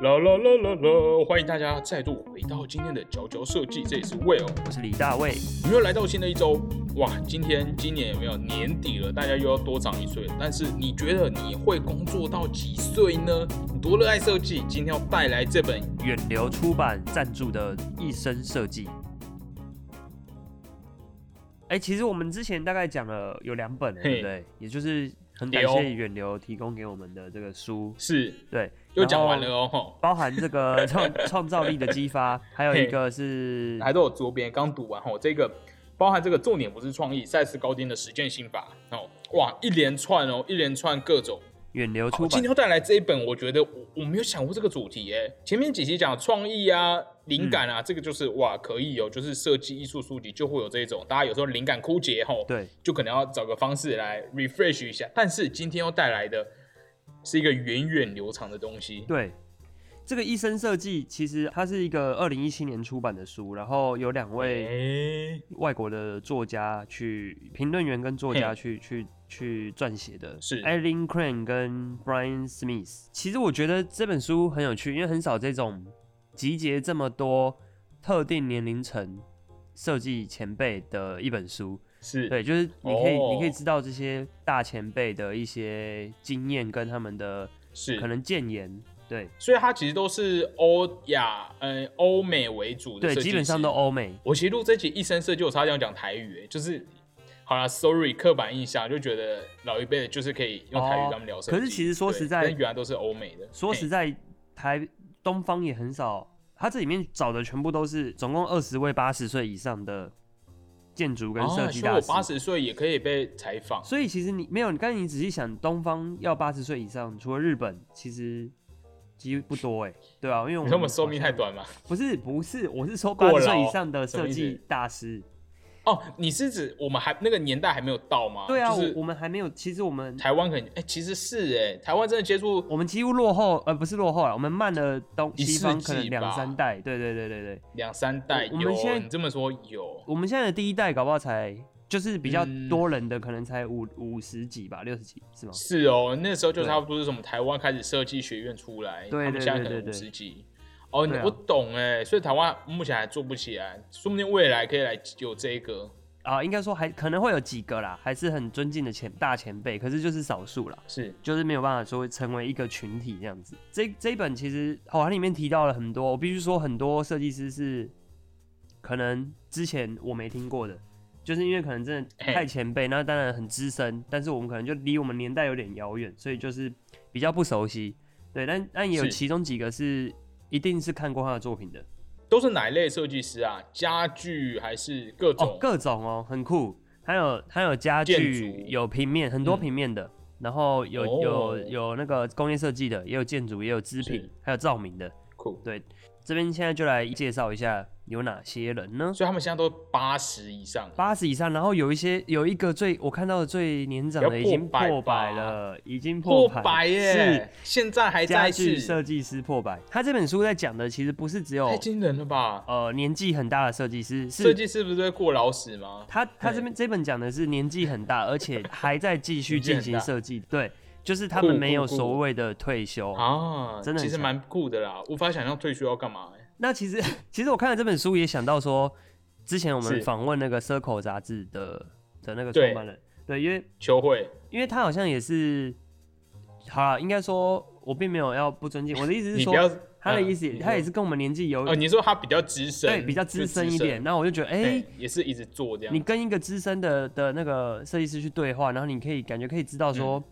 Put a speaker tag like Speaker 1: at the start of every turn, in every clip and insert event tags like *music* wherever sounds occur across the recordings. Speaker 1: 啦啦啦啦啦！欢迎大家再度回到今天的佼佼设计，这里是 Will，
Speaker 2: 我是李大卫。
Speaker 1: 我们又来到新的一周，哇！今天今年有没有年底了？大家又要多长一岁了。但是你觉得你会工作到几岁呢？你多热爱设计？今天要带来这本
Speaker 2: 远流出版赞助的《一生设计》。哎，其实我们之前大概讲了有两本了，对
Speaker 1: 嘿哦
Speaker 2: 不对？也就是很感
Speaker 1: 流
Speaker 2: 谢远流提供给我们的这个书，
Speaker 1: 是
Speaker 2: 对，
Speaker 1: 又
Speaker 2: 然
Speaker 1: 讲完
Speaker 2: 后
Speaker 1: 了哦，吼
Speaker 2: 包含这个
Speaker 1: *laughs*
Speaker 2: 创创造力的激发，还有
Speaker 1: 嘿
Speaker 2: 一个是
Speaker 1: 还都有桌边刚读完吼，哦这个包含这个重点不是创意，赛斯高丁的实践心法哦，哇，一连串哦，一连串各种。
Speaker 2: 远流
Speaker 1: 我
Speaker 2: 出
Speaker 1: 哦今
Speaker 2: 版
Speaker 1: 天要带来这一本，我觉得我我没有想过这个主题耶、前面几期讲创意啊、灵感
Speaker 2: 嗯
Speaker 1: 啊，这个就是哇，可以哦，就是设计艺术书籍就会有这种，大家有时候灵感枯竭吼，
Speaker 2: 对
Speaker 1: 就可能要找个方式来 refresh 一下。但是今天要带来的是一个源远流长的东西，
Speaker 2: 对。这个《一生设计》其实它是一个二零一七年出版的书，然后有两位
Speaker 1: 哎，
Speaker 2: 外国的作家去评论员跟作家
Speaker 1: 嘿
Speaker 2: 去去去撰写的，
Speaker 1: 是
Speaker 2: Eileen Crane 跟 Brian Smith。其实我觉得这本书很有趣，因为很少这种集结这么多特定年龄层设计前辈的一本书。
Speaker 1: 是，
Speaker 2: 对，就是你可以、
Speaker 1: 哦
Speaker 2: 你可以知道这些大前辈的一些经验跟他们的
Speaker 1: 是，
Speaker 2: 可能谏言。对
Speaker 1: 所以它其实都是欧亚，呃，欧美为主的
Speaker 2: 对，
Speaker 1: 设计
Speaker 2: 基本上
Speaker 1: 师
Speaker 2: 都欧美。
Speaker 1: 我其实录这集一生设计，我差点要讲台语、欸，就是好啦 s o r r y 刻板印象就觉得老一辈的就是可以用台语跟
Speaker 2: 哦
Speaker 1: 他们聊设计、
Speaker 2: 可是其实说实
Speaker 1: 对
Speaker 2: 在
Speaker 1: 但原来都是欧美的。
Speaker 2: 说实
Speaker 1: 在，
Speaker 2: 在，台东方也很少，它这里面找的全部都是总共二十位八十岁以上的建筑跟设计
Speaker 1: 哦、所以
Speaker 2: 大
Speaker 1: 我
Speaker 2: 师。
Speaker 1: 八十岁也可以被采访，
Speaker 2: 所以其实你没有，刚才你仔细想，东方要八十岁以上，除了日本，其实几乎不多哎，对啊，因为我
Speaker 1: 你
Speaker 2: 们
Speaker 1: 说我们寿命太短吗？
Speaker 2: 不是不是，我是说
Speaker 1: 过
Speaker 2: 八
Speaker 1: 劳
Speaker 2: 十岁以上的
Speaker 1: 什么
Speaker 2: 设
Speaker 1: 意思
Speaker 2: 计大师。
Speaker 1: 哦，你是指我们还那个年代还没有到吗？
Speaker 2: 对啊，
Speaker 1: 就是
Speaker 2: 我我们还没有，其实我们
Speaker 1: 台湾可能，哎、其实是哎、台湾真的接触
Speaker 2: 我们几乎落后，呃，不是落后啊，我们慢了东
Speaker 1: 一世纪
Speaker 2: 西方可能两
Speaker 1: 吧
Speaker 2: 三代。对对对对对，
Speaker 1: 两三代
Speaker 2: 我我们现
Speaker 1: 有，
Speaker 2: 在
Speaker 1: 你这么说有，
Speaker 2: 我们现在的第一代搞不好才就是比较
Speaker 1: 嗯
Speaker 2: 多人的，可能才五五十几吧，六十几是吗？
Speaker 1: 是哦，那时候就
Speaker 2: 对
Speaker 1: 差不多是什么台湾开始设计学院出来，
Speaker 2: 对
Speaker 1: 他
Speaker 2: 对
Speaker 1: 们现在
Speaker 2: 对
Speaker 1: 可能
Speaker 2: 对
Speaker 1: 五
Speaker 2: 对
Speaker 1: 十几。哦，你
Speaker 2: 对啊
Speaker 1: 我懂哎，所以台湾目前还做不起来，说不定未来可以来有这个。
Speaker 2: 啊，应该说还可能会有几个啦，还是很尊敬的前大前辈，可是就是少数啦。
Speaker 1: 是
Speaker 2: 就是没有办法说成为一个群体这样子。这这一本其实哦，它里面提到了很多，我必须说很多设计师是可能之前我没听过的，就是因为可能真的
Speaker 1: 嘿
Speaker 2: 太前辈，那当然很资深，但是我们可能就离我们年代有点遥远，所以就是比较不熟悉。对，但但也有
Speaker 1: 是
Speaker 2: 其中几个是一定是看过他的作品的
Speaker 1: 都是哪一类设计师啊？家具还是各
Speaker 2: 哦
Speaker 1: 种，？
Speaker 2: 各种哦，很酷。还有还有家
Speaker 1: 建
Speaker 2: 具
Speaker 1: 筑，
Speaker 2: 有平面，很多
Speaker 1: 嗯
Speaker 2: 平面的。然后有有
Speaker 1: 哦
Speaker 2: 有那个工业设计的，也有建筑，也有织
Speaker 1: 是
Speaker 2: 品，还有照明的。
Speaker 1: 酷。
Speaker 2: 对，这边现在就来介绍一下有哪些人呢？
Speaker 1: 所以他们现在都八十以上，
Speaker 2: 八十以上，然后有一些有一个最我看到的最年长
Speaker 1: 要
Speaker 2: 的已经
Speaker 1: 破百
Speaker 2: 破
Speaker 1: 吧
Speaker 2: 百了，已经
Speaker 1: 破
Speaker 2: 百
Speaker 1: 百耶！现在还
Speaker 2: 是家
Speaker 1: 在
Speaker 2: 具
Speaker 1: 世，
Speaker 2: 设计师破百。他这本书在讲的其实不是只有
Speaker 1: 太惊人了吧？
Speaker 2: 呃年纪很大的设计师，
Speaker 1: 设
Speaker 2: 是
Speaker 1: 计师不是会过劳死吗？
Speaker 2: 他他
Speaker 1: 对
Speaker 2: 这边这本讲的是年纪很大，而且还在继续
Speaker 1: *laughs* 年纪很
Speaker 2: 进
Speaker 1: 大
Speaker 2: 行设计，对，就是他
Speaker 1: 酷
Speaker 2: 们没
Speaker 1: 酷
Speaker 2: 有
Speaker 1: 酷
Speaker 2: 所谓的退休。
Speaker 1: 啊，
Speaker 2: 真的很
Speaker 1: 其实
Speaker 2: 强
Speaker 1: 蛮酷的啦，无法想象退休要干嘛欸。
Speaker 2: 那其实其实我看了这本书，也想到说，之前我
Speaker 1: 是
Speaker 2: 们访问那个 Circle 杂志的的那个
Speaker 1: 对
Speaker 2: 创办人，对，因为
Speaker 1: 秋会
Speaker 2: 因为他好像也是，好啦，应该说我并没有要不尊敬，我的意思是
Speaker 1: 你不
Speaker 2: 说，
Speaker 1: 要
Speaker 2: 他的
Speaker 1: 嗯
Speaker 2: 意思也，
Speaker 1: 你
Speaker 2: 他也
Speaker 1: 说
Speaker 2: 是跟我们年纪有、
Speaker 1: 哦，你说他比较资深，
Speaker 2: 对比较资深一点，那我就觉得，哎、
Speaker 1: 就资深，哎也是一直做这样。
Speaker 2: 你跟一个资深的的那个设计师去对话，然后你可以感觉可以知道说。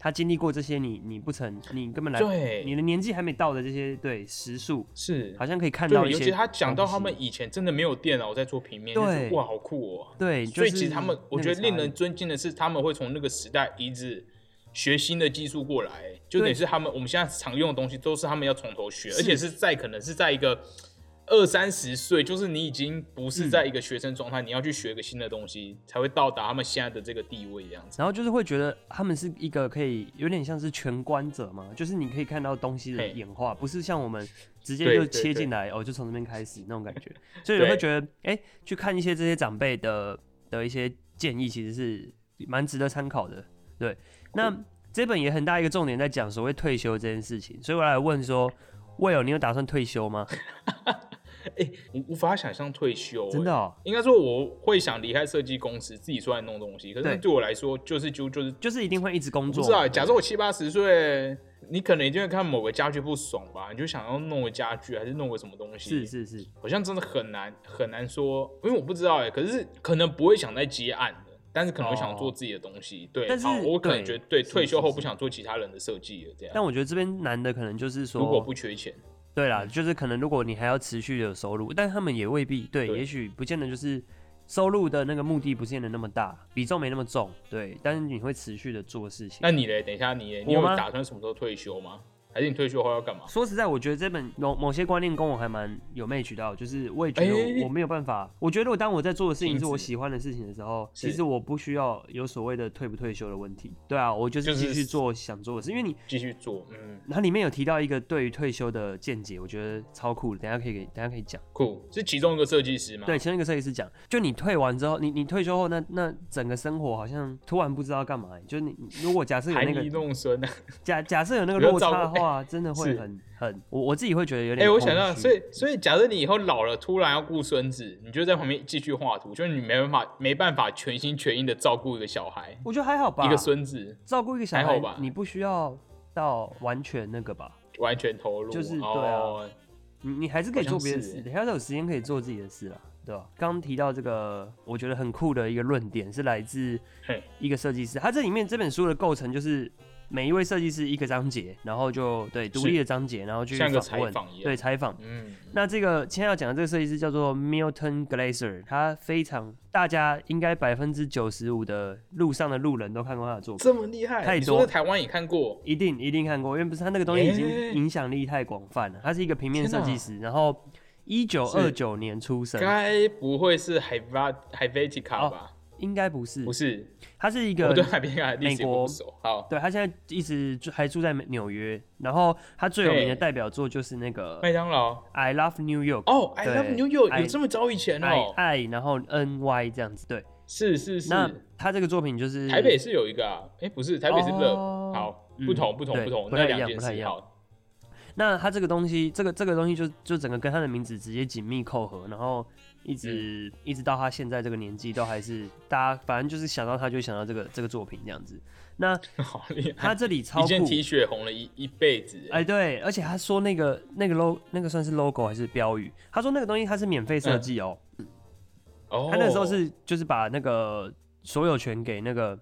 Speaker 2: 他经历过这些你，你不曾，你根本来，你
Speaker 1: 嗯对
Speaker 2: 的年纪还没到的这些对时数，
Speaker 1: 是
Speaker 2: 好，像可以看到
Speaker 1: 对，
Speaker 2: 一
Speaker 1: 尤
Speaker 2: 些。
Speaker 1: 其他讲到他们以前真的没有电脑在做平面，就
Speaker 2: 对
Speaker 1: 觉得哇，好酷哦。
Speaker 2: 对，就
Speaker 1: 所以
Speaker 2: 是
Speaker 1: 其实他们，我
Speaker 2: 那
Speaker 1: 觉
Speaker 2: 个
Speaker 1: 得令
Speaker 2: 差异
Speaker 1: 人尊敬的是，他们会从那个时代一直学新的技术过来，就等于
Speaker 2: 对
Speaker 1: 是他们我们现在常用的东西都是他们要从头学，
Speaker 2: 是
Speaker 1: 而且是在可能是在一个。二三十岁，就是你已经不
Speaker 2: 嗯
Speaker 1: 是在一个学生状态，你要去学个新的东西，才会到达他们现在的这个地位这样子。
Speaker 2: 然后就是会觉得他们是一个可以有点像是全观者嘛，就是你可以看到东西的
Speaker 1: 嘿
Speaker 2: 演化，不是像我们直接
Speaker 1: 对
Speaker 2: 就
Speaker 1: 对
Speaker 2: 切
Speaker 1: 对
Speaker 2: 进来哦，就从这边开始那种感觉。所以我会觉得，哎、去看一些这些长辈的的一些建议，其实是蛮值得参考的。对，那这本也很大一个重点在讲所谓退休这件事情，所以我来问说，魏友，你有打算退休吗？
Speaker 1: 我无法想象退休、欸
Speaker 2: 真的哦，
Speaker 1: 应该说我会想离开设计公司，自己出来弄东西。可是
Speaker 2: 对
Speaker 1: 对我来说，就是就就是
Speaker 2: 就是一定会一直工
Speaker 1: 不
Speaker 2: 作。
Speaker 1: 知道、假设我七八十岁，你可能一定会看某个家具不爽吧，你就想要弄个家具，还是弄个什么东西？
Speaker 2: 是是是，
Speaker 1: 好像真的很难很难说，因为我不知道哎、可是可能不会想再接案的，但是可能会想做自己的东西。对，
Speaker 2: 哦但是
Speaker 1: 好，我可能
Speaker 2: 对
Speaker 1: 觉得对
Speaker 2: 是
Speaker 1: 退休后
Speaker 2: 是是
Speaker 1: 不想做其他人的设计了，这样。
Speaker 2: 但我觉得这边难的可能就是说，
Speaker 1: 如果不缺钱，
Speaker 2: 对
Speaker 1: 嗯
Speaker 2: 啦，就是可能如果你还要持续有收入，但他们也未必对，
Speaker 1: 对
Speaker 2: 也许不见得就是收入的那个目的不见得那么大，比重没那么重，对，但是你会持续的做事情。
Speaker 1: 那你嘞？等一下你嘞，你有
Speaker 2: 我吗
Speaker 1: 打算什么时候退休吗？还是你退休后要干嘛？
Speaker 2: 说实在，我觉得这本某某些观念跟我还蛮有 match 到，就是我也觉得
Speaker 1: 哎
Speaker 2: 我我没有办法。我觉得我当我在做的事情
Speaker 1: 停
Speaker 2: 是
Speaker 1: 止
Speaker 2: 我喜欢的事情的时候，
Speaker 1: 是
Speaker 2: 其实我不需要有所谓的退不退休的问题。对啊，我就
Speaker 1: 就是是
Speaker 2: 继续做想做的事，因为你
Speaker 1: 继续做，嗯，
Speaker 2: 它里面有提到一个对于退休的见解，我觉得超酷的，等一下可以给等一下可以讲。
Speaker 1: 酷，是其中一个设计师吗？
Speaker 2: 对，其中一个设计师讲，就你退完之后，你你退休后，那那整个生活好像突然不知道干嘛、欸就是你你如果假设有
Speaker 1: 含
Speaker 2: 那
Speaker 1: 饴
Speaker 2: 个
Speaker 1: 弄孙啊！
Speaker 2: 假假设有那个
Speaker 1: 不要
Speaker 2: 落
Speaker 1: 照
Speaker 2: 差的
Speaker 1: 顾哎
Speaker 2: 话，真的会
Speaker 1: 是
Speaker 2: 很很，我我自己会觉得有
Speaker 1: 哎、
Speaker 2: 点。
Speaker 1: 我想到，所以所以，假设你以后老了，突然要顾孙子，你就在旁边继续画图，就是你没办法没办法全心全意的照顾一个小孩，
Speaker 2: 我觉得还好吧，
Speaker 1: 一个孙子，
Speaker 2: 照顾一个小
Speaker 1: 还好
Speaker 2: 孩
Speaker 1: 吧，
Speaker 2: 你不需要到完全那个吧，
Speaker 1: 完全投入，
Speaker 2: 就是啊
Speaker 1: 哦、
Speaker 2: 你你还是可以
Speaker 1: 好像
Speaker 2: 做别的
Speaker 1: 是
Speaker 2: 事，
Speaker 1: 欸
Speaker 2: 你还是有时间可以做自己的事啦，对吧？刚刚提到这个，我觉得很酷的一个论点是来自
Speaker 1: 嘿
Speaker 2: 一个设计师，他这里面这本书的构成就是每一位设计师一个章节，然后就对独立的章节，然后去
Speaker 1: 像个
Speaker 2: 访
Speaker 1: 采
Speaker 2: 问，
Speaker 1: 访一样，
Speaker 2: 对采访。
Speaker 1: 嗯，
Speaker 2: 那这个今天要讲的这个设计师叫做 Milton Glaser，他非常大家应该百分之九十五的路上的路人都看过他的作品。
Speaker 1: 这么厉害，
Speaker 2: 太
Speaker 1: 你说
Speaker 2: 多
Speaker 1: 在台湾也看过，
Speaker 2: 一定一定看过，因为不是他那个东西已
Speaker 1: 耶
Speaker 2: 经影响力太广泛了。他是一个平面设计师，然后一九二九年出生，
Speaker 1: 该不会是海巴海贝蒂卡
Speaker 2: 哦
Speaker 1: 吧？
Speaker 2: 应该不是
Speaker 1: 不，是，
Speaker 2: 他是一
Speaker 1: 我
Speaker 2: 个
Speaker 1: 对海贝蒂卡的历史也
Speaker 2: 美
Speaker 1: 不
Speaker 2: 国
Speaker 1: 熟。好，
Speaker 2: 对他现在一直住还住在纽约，然后他最有名的
Speaker 1: 对
Speaker 2: 代表作就是那个
Speaker 1: 麦当劳，
Speaker 2: I Love New York，
Speaker 1: 哦，I love
Speaker 2: 对
Speaker 1: New York，
Speaker 2: I-
Speaker 1: 有这么早以前
Speaker 2: 爱
Speaker 1: 哦？
Speaker 2: 爱然后 N Y 这样子，对，
Speaker 1: 是是是，
Speaker 2: 那他这个作品就是
Speaker 1: 台北是有一个啊，哎，不是，台北是 Love，
Speaker 2: 嗯哦
Speaker 1: 好，
Speaker 2: 嗯
Speaker 1: 不同不同
Speaker 2: 对
Speaker 1: 不同，
Speaker 2: 不太
Speaker 1: 那
Speaker 2: 一样
Speaker 1: 两件
Speaker 2: 不太一
Speaker 1: 事
Speaker 2: 样
Speaker 1: 好，
Speaker 2: 那他这个东西，这个这个东西就就整个跟他的名字直接紧密扣合，然后一直、一直到他现在这个年纪，都还是大家反正就是想到他就会想到这个这个作品这样子。那
Speaker 1: 好 *laughs* 厉害
Speaker 2: 他，这里超
Speaker 1: 一
Speaker 2: 酷，
Speaker 1: 件 T 恤红了一一辈子，
Speaker 2: 哎、对，而且他说那个那个 logo 那个算是 logo 还是标语？他说那个东西它是免费设计哦，
Speaker 1: 哦，
Speaker 2: 他那时候是就是把那个所有权给那个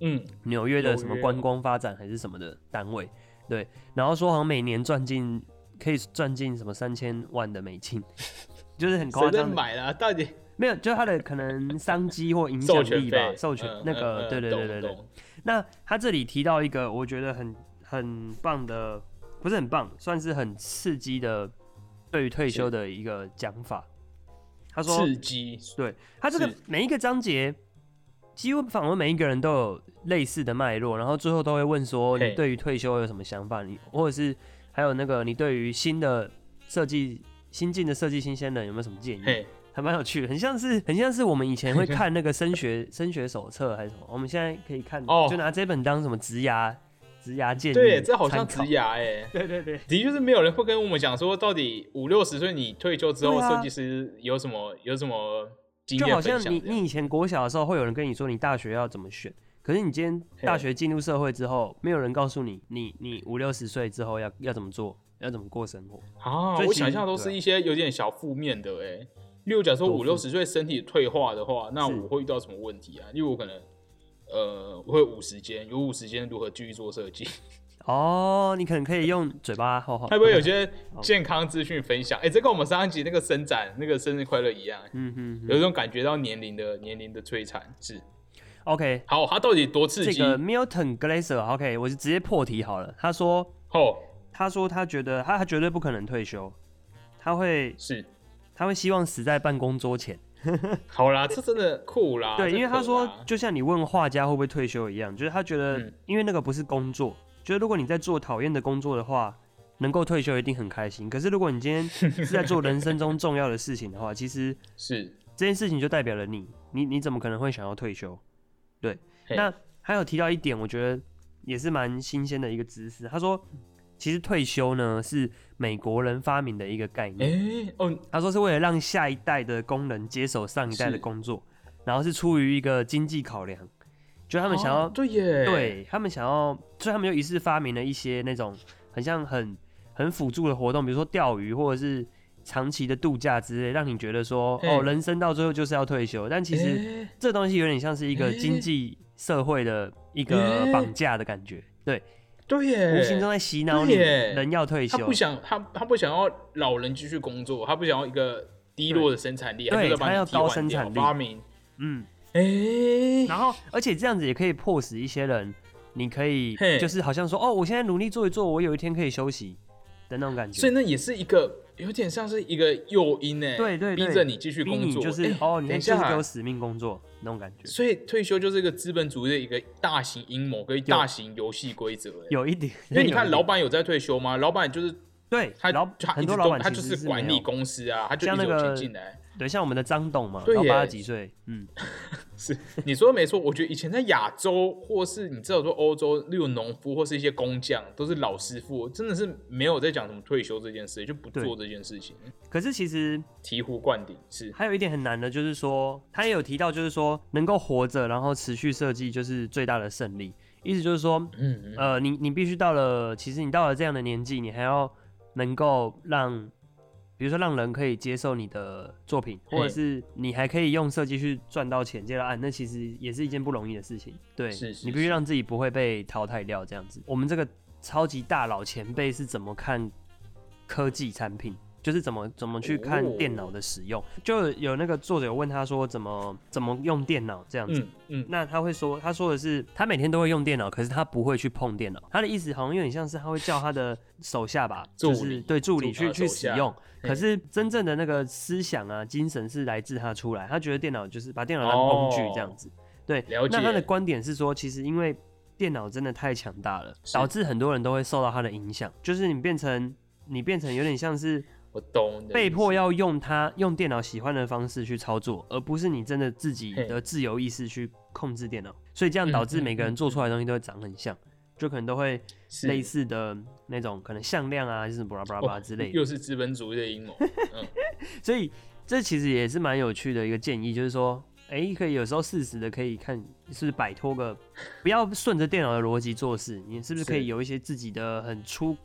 Speaker 1: 嗯，
Speaker 2: 纽约的什
Speaker 1: 纽
Speaker 2: 么
Speaker 1: 约
Speaker 2: 观光发展还是什么的单位，对，然后说好像每年赚进可以赚进什么三千万的美金， *laughs* 就是很夸
Speaker 1: 谁在
Speaker 2: 张的，
Speaker 1: 买啦？到底
Speaker 2: 没有，就是他的可能商机或影响
Speaker 1: 授权
Speaker 2: 力
Speaker 1: 费
Speaker 2: 吧，？授权
Speaker 1: 嗯
Speaker 2: 那个，
Speaker 1: 嗯
Speaker 2: 对对
Speaker 1: 懂
Speaker 2: 对对对。
Speaker 1: 懂
Speaker 2: 那他这里提到一个我觉得很很棒的，不是很棒，算是很刺激的，对于退休的一个讲法。他说，
Speaker 1: 刺激，
Speaker 2: 对他这个
Speaker 1: 是
Speaker 2: 每一个章节，几乎访问每一个人都有类似的脉络，然后最后都会问说
Speaker 1: 嘿
Speaker 2: 你对于退休有什么想法，你或者是还有那个你对于新的设计、新进的设计新鲜人有没有什么建议？
Speaker 1: 嘿，
Speaker 2: 还蛮有趣的，很像是很像是我们以前
Speaker 1: *laughs*
Speaker 2: 会看那个升学升学手册还是什么，我们现在可以看，
Speaker 1: 哦
Speaker 2: 就拿这本当什么职涯职涯建议，
Speaker 1: 对，这好像
Speaker 2: 参考
Speaker 1: 植牙哎。
Speaker 2: *laughs* 对对对，
Speaker 1: 的确是没有人会跟我们讲说，到底五六十岁你退休之后，
Speaker 2: 对啊
Speaker 1: 设计师有什么有什么经
Speaker 2: 就
Speaker 1: 验
Speaker 2: 好
Speaker 1: 分享
Speaker 2: 像
Speaker 1: 这样？
Speaker 2: 你你以前国小的时候，会有人跟你说你大学要怎么选，可是你今天大学进入社会之后，没有人告诉你，你你五六十岁之后要要怎么做，要怎么过生活。
Speaker 1: 啊，
Speaker 2: 所以
Speaker 1: 我
Speaker 2: 其实
Speaker 1: 想象都是一些有点小负面的哎、例如假如说
Speaker 2: 多负
Speaker 1: 五六十岁身体退化的话，那
Speaker 2: 是
Speaker 1: 我会遇到什么问题啊？例如我可能呃会有五十间，有五十间如何继续做设
Speaker 2: *laughs*
Speaker 1: 计？
Speaker 2: 哦，你可能可以用嘴巴吼吼。
Speaker 1: 会不会有些
Speaker 2: 哦
Speaker 1: 健康资讯分享？哎、这跟我们上一集那个伸展那个生日快乐一样、
Speaker 2: 嗯哼
Speaker 1: 有一种感觉到年龄的年龄的摧残是。
Speaker 2: ，OK，
Speaker 1: 好，它到底多刺
Speaker 2: 这
Speaker 1: 激？
Speaker 2: 个 Milton Glaser，OK，、我就直接破题好了。他说，
Speaker 1: 哦，
Speaker 2: 他说他觉得他他绝对不可能退休，他会
Speaker 1: 是
Speaker 2: 他会希望死在办公桌前。
Speaker 1: 好啦，这真的酷啦。
Speaker 2: 对，
Speaker 1: 这啊
Speaker 2: 因为
Speaker 1: 可
Speaker 2: 他说
Speaker 1: 啦，
Speaker 2: 就像你问画家会不会退休一样，就是他觉得
Speaker 1: 嗯，
Speaker 2: 因为那个不是工作，就是如果你在做讨厌的工作的话，能够退休一定很开心。可是如果你今天是在做人生中重要的事情的话，其实
Speaker 1: 是
Speaker 2: 这件事情就代表了你，你你怎么可能会想要退休？对，
Speaker 1: 嘿
Speaker 2: 那还有提到一点，我觉得也是蛮新鲜的一个知识。他说，其实退休呢是美国人发明的一个概念，
Speaker 1: 哎，哦，
Speaker 2: 他说是为了让下一代的工人接手上一代的
Speaker 1: 是
Speaker 2: 工作，然后是出于一个经济考量，就他
Speaker 1: 他
Speaker 2: 们想要、
Speaker 1: 哦对耶，，
Speaker 2: 对他们想要，所以他们就一次发明了一些那种很像很很辅助的活动，比如说钓鱼或者是长期的度假之类，让你觉得说
Speaker 1: 嘿
Speaker 2: 哦，人生到最后就是要退休，但其实
Speaker 1: 实
Speaker 2: 这东西有点像是一个
Speaker 1: 诶
Speaker 2: 经济社会的一个
Speaker 1: 诶
Speaker 2: 绑架的感觉，对，
Speaker 1: 对耶，
Speaker 2: 无形中在洗脑你
Speaker 1: 对耶
Speaker 2: 人要退
Speaker 1: 他
Speaker 2: 休
Speaker 1: 不，想他他不想要老人继续工作，他不想要一个低落的生产力，
Speaker 2: 对
Speaker 1: 就要把
Speaker 2: 他要
Speaker 1: 你替换
Speaker 2: 高生
Speaker 1: 掉
Speaker 2: 产力
Speaker 1: 发明，
Speaker 2: 嗯，
Speaker 1: 哎，
Speaker 2: 然后而且这样子也可以迫使一些人，你可以
Speaker 1: 嘿
Speaker 2: 就是好像说哦，我现在努力做一做，我有一天可以休息的那种感觉，
Speaker 1: 所以那也是一个有点像是一个诱因呢，
Speaker 2: 对对对
Speaker 1: 逼着你继续
Speaker 2: 逼
Speaker 1: 工
Speaker 2: 你
Speaker 1: 作，
Speaker 2: 就是、
Speaker 1: 哎
Speaker 2: 哦，你
Speaker 1: 等
Speaker 2: 就
Speaker 1: 一
Speaker 2: 是
Speaker 1: 下
Speaker 2: 给
Speaker 1: 啊
Speaker 2: 我。使命工作那种感觉，
Speaker 1: 所以退休就是一个资本主义的一个大型阴谋跟大型游戏规则，哎
Speaker 2: 有一点，
Speaker 1: 因为你
Speaker 2: 有
Speaker 1: 看
Speaker 2: 一点
Speaker 1: 老板有在退休吗？老板就是
Speaker 2: 对
Speaker 1: 他
Speaker 2: 老
Speaker 1: 他
Speaker 2: 很
Speaker 1: 一直
Speaker 2: 多
Speaker 1: 都
Speaker 2: 老板
Speaker 1: 他
Speaker 2: 其
Speaker 1: 就
Speaker 2: 实是
Speaker 1: 管
Speaker 2: 没
Speaker 1: 理
Speaker 2: 有，
Speaker 1: 公司啊，他就
Speaker 2: 像
Speaker 1: 一直
Speaker 2: 那
Speaker 1: 有钱
Speaker 2: 个
Speaker 1: 进来。
Speaker 2: 对，像我们的张董嘛，
Speaker 1: 对
Speaker 2: 老八
Speaker 1: 耶
Speaker 2: 十几岁，嗯，
Speaker 1: 是，你说的没错。我觉得以前在亚洲，或是你知道说欧洲，例如农夫或是一些工匠，都是老师傅，真的是没有在讲什么退休这件事，就不做这件事情，
Speaker 2: 可是其实
Speaker 1: 醍醐灌顶是。
Speaker 2: 还有一点很难的，就是说他也有提到，就是说能够活着，然后持续设计就是最大的胜利，意思就是说，
Speaker 1: 嗯，
Speaker 2: 呃，你你必须到了，其实你到了这样的年纪，你还要能够让。比如说，让人可以接受你的作品，或者
Speaker 1: 嘿
Speaker 2: 是你还可以用设计去赚到钱、接到案，那其实也是一件不容易的事情。对，
Speaker 1: 是是
Speaker 2: 你必须
Speaker 1: 是
Speaker 2: 让自己不会被淘汰掉，这样子。我们这个超级大佬前辈是怎么看科技产品，就是怎么怎么去看
Speaker 1: 哦
Speaker 2: 电脑的使用。就有那个作者有问他说怎么怎么用电脑这样子，
Speaker 1: 嗯嗯，
Speaker 2: 那他会说，他说的是他每天都会用电脑，可是他不会去碰电脑。他的意思好像有点像是他会叫他的手下吧，
Speaker 1: 助
Speaker 2: 就
Speaker 1: 理
Speaker 2: 是对助理
Speaker 1: 助
Speaker 2: 去
Speaker 1: 呃
Speaker 2: 去
Speaker 1: 手
Speaker 2: 使
Speaker 1: 下
Speaker 2: 用。
Speaker 1: 嘿
Speaker 2: 可是真正的那个思想啊、精神是来自他出来，他觉得电脑就是把电脑当工具这样子。对，
Speaker 1: 哦了解
Speaker 2: 那他的观点是说，其实因为电脑真的太强大了，
Speaker 1: 是
Speaker 2: 导致很多人都会受到它的影响，就是你变成你变成有点像是
Speaker 1: 我懂你的意思。
Speaker 2: 被迫要用它用电脑喜欢的方式去操作，而不是你真的自己
Speaker 1: 嘿
Speaker 2: 的自由意识去控制电脑。所以这样
Speaker 1: 嗯
Speaker 2: 导致每个人
Speaker 1: 嗯
Speaker 2: 做出来的东西都会长很像，就可能都会
Speaker 1: 是
Speaker 2: 类似的那种可能向量啊，还是什么巴拉巴拉
Speaker 1: 哦
Speaker 2: 巴拉之类的。
Speaker 1: 又是资本主义的阴谋。嗯，
Speaker 2: 所以这其实也是蛮有趣的一个建议，就是说，哎、可以有时候适时的可以看是不是摆脱个，不要顺着电脑的逻辑做事，你是不是可以
Speaker 1: 是
Speaker 2: 有一些自己的很粗、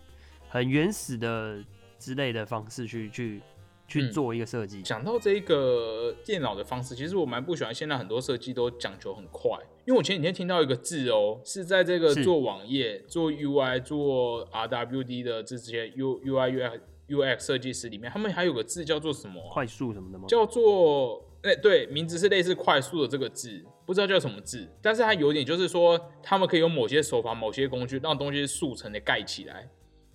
Speaker 2: 很原始的之类的方式去去去
Speaker 1: 嗯
Speaker 2: 做一个设计？
Speaker 1: 讲到这个电脑的方式，其实我蛮不喜欢现在很多设计都讲求很快，因为我前几天听到一个字哦，是在这个
Speaker 2: 是
Speaker 1: 做网页、做 UI、做 RWD 的这些 U UI UX UX 设计师里面，他们还有个字叫做什么啊、
Speaker 2: 快速什么的吗？
Speaker 1: 叫做哎、对，名字是类似快速的这个字，不知道叫什么字，但是它有点就是说，他们可以用某些手法、某些工具让东西速成的盖起来。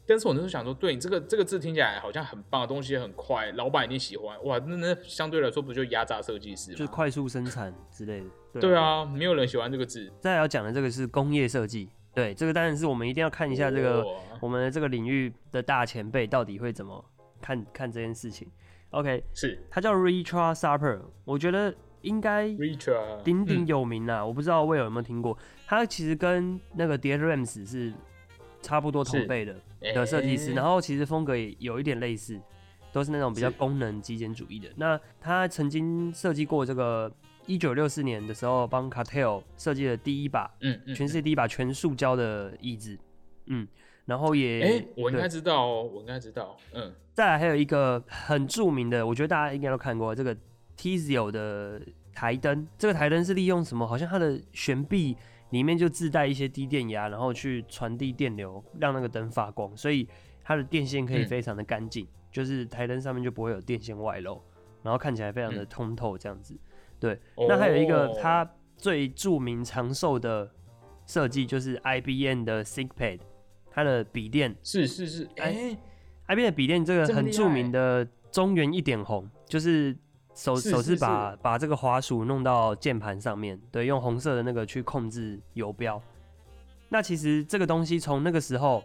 Speaker 1: 但是我那时候想说，对你这个这个字听起来好像很棒，东西很快，老板一定喜欢。哇，那那相对来说不就压榨设计师
Speaker 2: 就是
Speaker 1: 吗？
Speaker 2: 快速生产之类的。
Speaker 1: 对，啊，没有人喜欢这个字。
Speaker 2: 再来要讲的这个是工业设计，对，这个当然是我们一定要看一下这个、
Speaker 1: 哇
Speaker 2: 我们的这个领域的大前辈到底会怎么看看这件事情。OK，
Speaker 1: 是
Speaker 2: 他叫 Richard Sapper，我觉得应该
Speaker 1: Richard
Speaker 2: 鼎鼎
Speaker 1: 嗯
Speaker 2: 有名啊，我不知道魏友有没有听过。他其实跟那个 d a r Rams 是差不多同
Speaker 1: 是
Speaker 2: 辈的
Speaker 1: 哎
Speaker 2: 的设计师，然后其实风格也有一点类似，都是那种比较
Speaker 1: 是
Speaker 2: 功能极简主义的。那他曾经设计过这个一九六四年的时候帮 Cartel 设计的第一把
Speaker 1: 嗯嗯，
Speaker 2: 全世界第一把全塑胶的椅子，嗯，然后也
Speaker 1: 哎、我应
Speaker 2: 对
Speaker 1: 该知道哦，我应该知道，嗯，
Speaker 2: 再来还有一个很著名的，我觉得大家应该都看过这个 Tizio 的台灯。这个台灯是利用什么？好像它的悬臂里面就自带一些低电压，然后去传递电流，让那个灯发光，所以它的电线可以
Speaker 1: 嗯
Speaker 2: 非常的干净，就是台灯上面就不会有电线外露，然后看起来非常的
Speaker 1: 嗯
Speaker 2: 通透这样子。那还有一个
Speaker 1: 哦
Speaker 2: 它最著名长寿的设计就是 IBM 的 ThinkPad，它的笔电
Speaker 1: 是是是，哎、
Speaker 2: i b 的笔电这个
Speaker 1: 这么
Speaker 2: 很
Speaker 1: 厉
Speaker 2: 著名
Speaker 1: 害
Speaker 2: 的中原一点红，就是手
Speaker 1: 是
Speaker 2: 手
Speaker 1: 是
Speaker 2: 是把把这个滑鼠弄到键盘上面，对，用红色的那个去控制游标。那其实这个东西从那个时候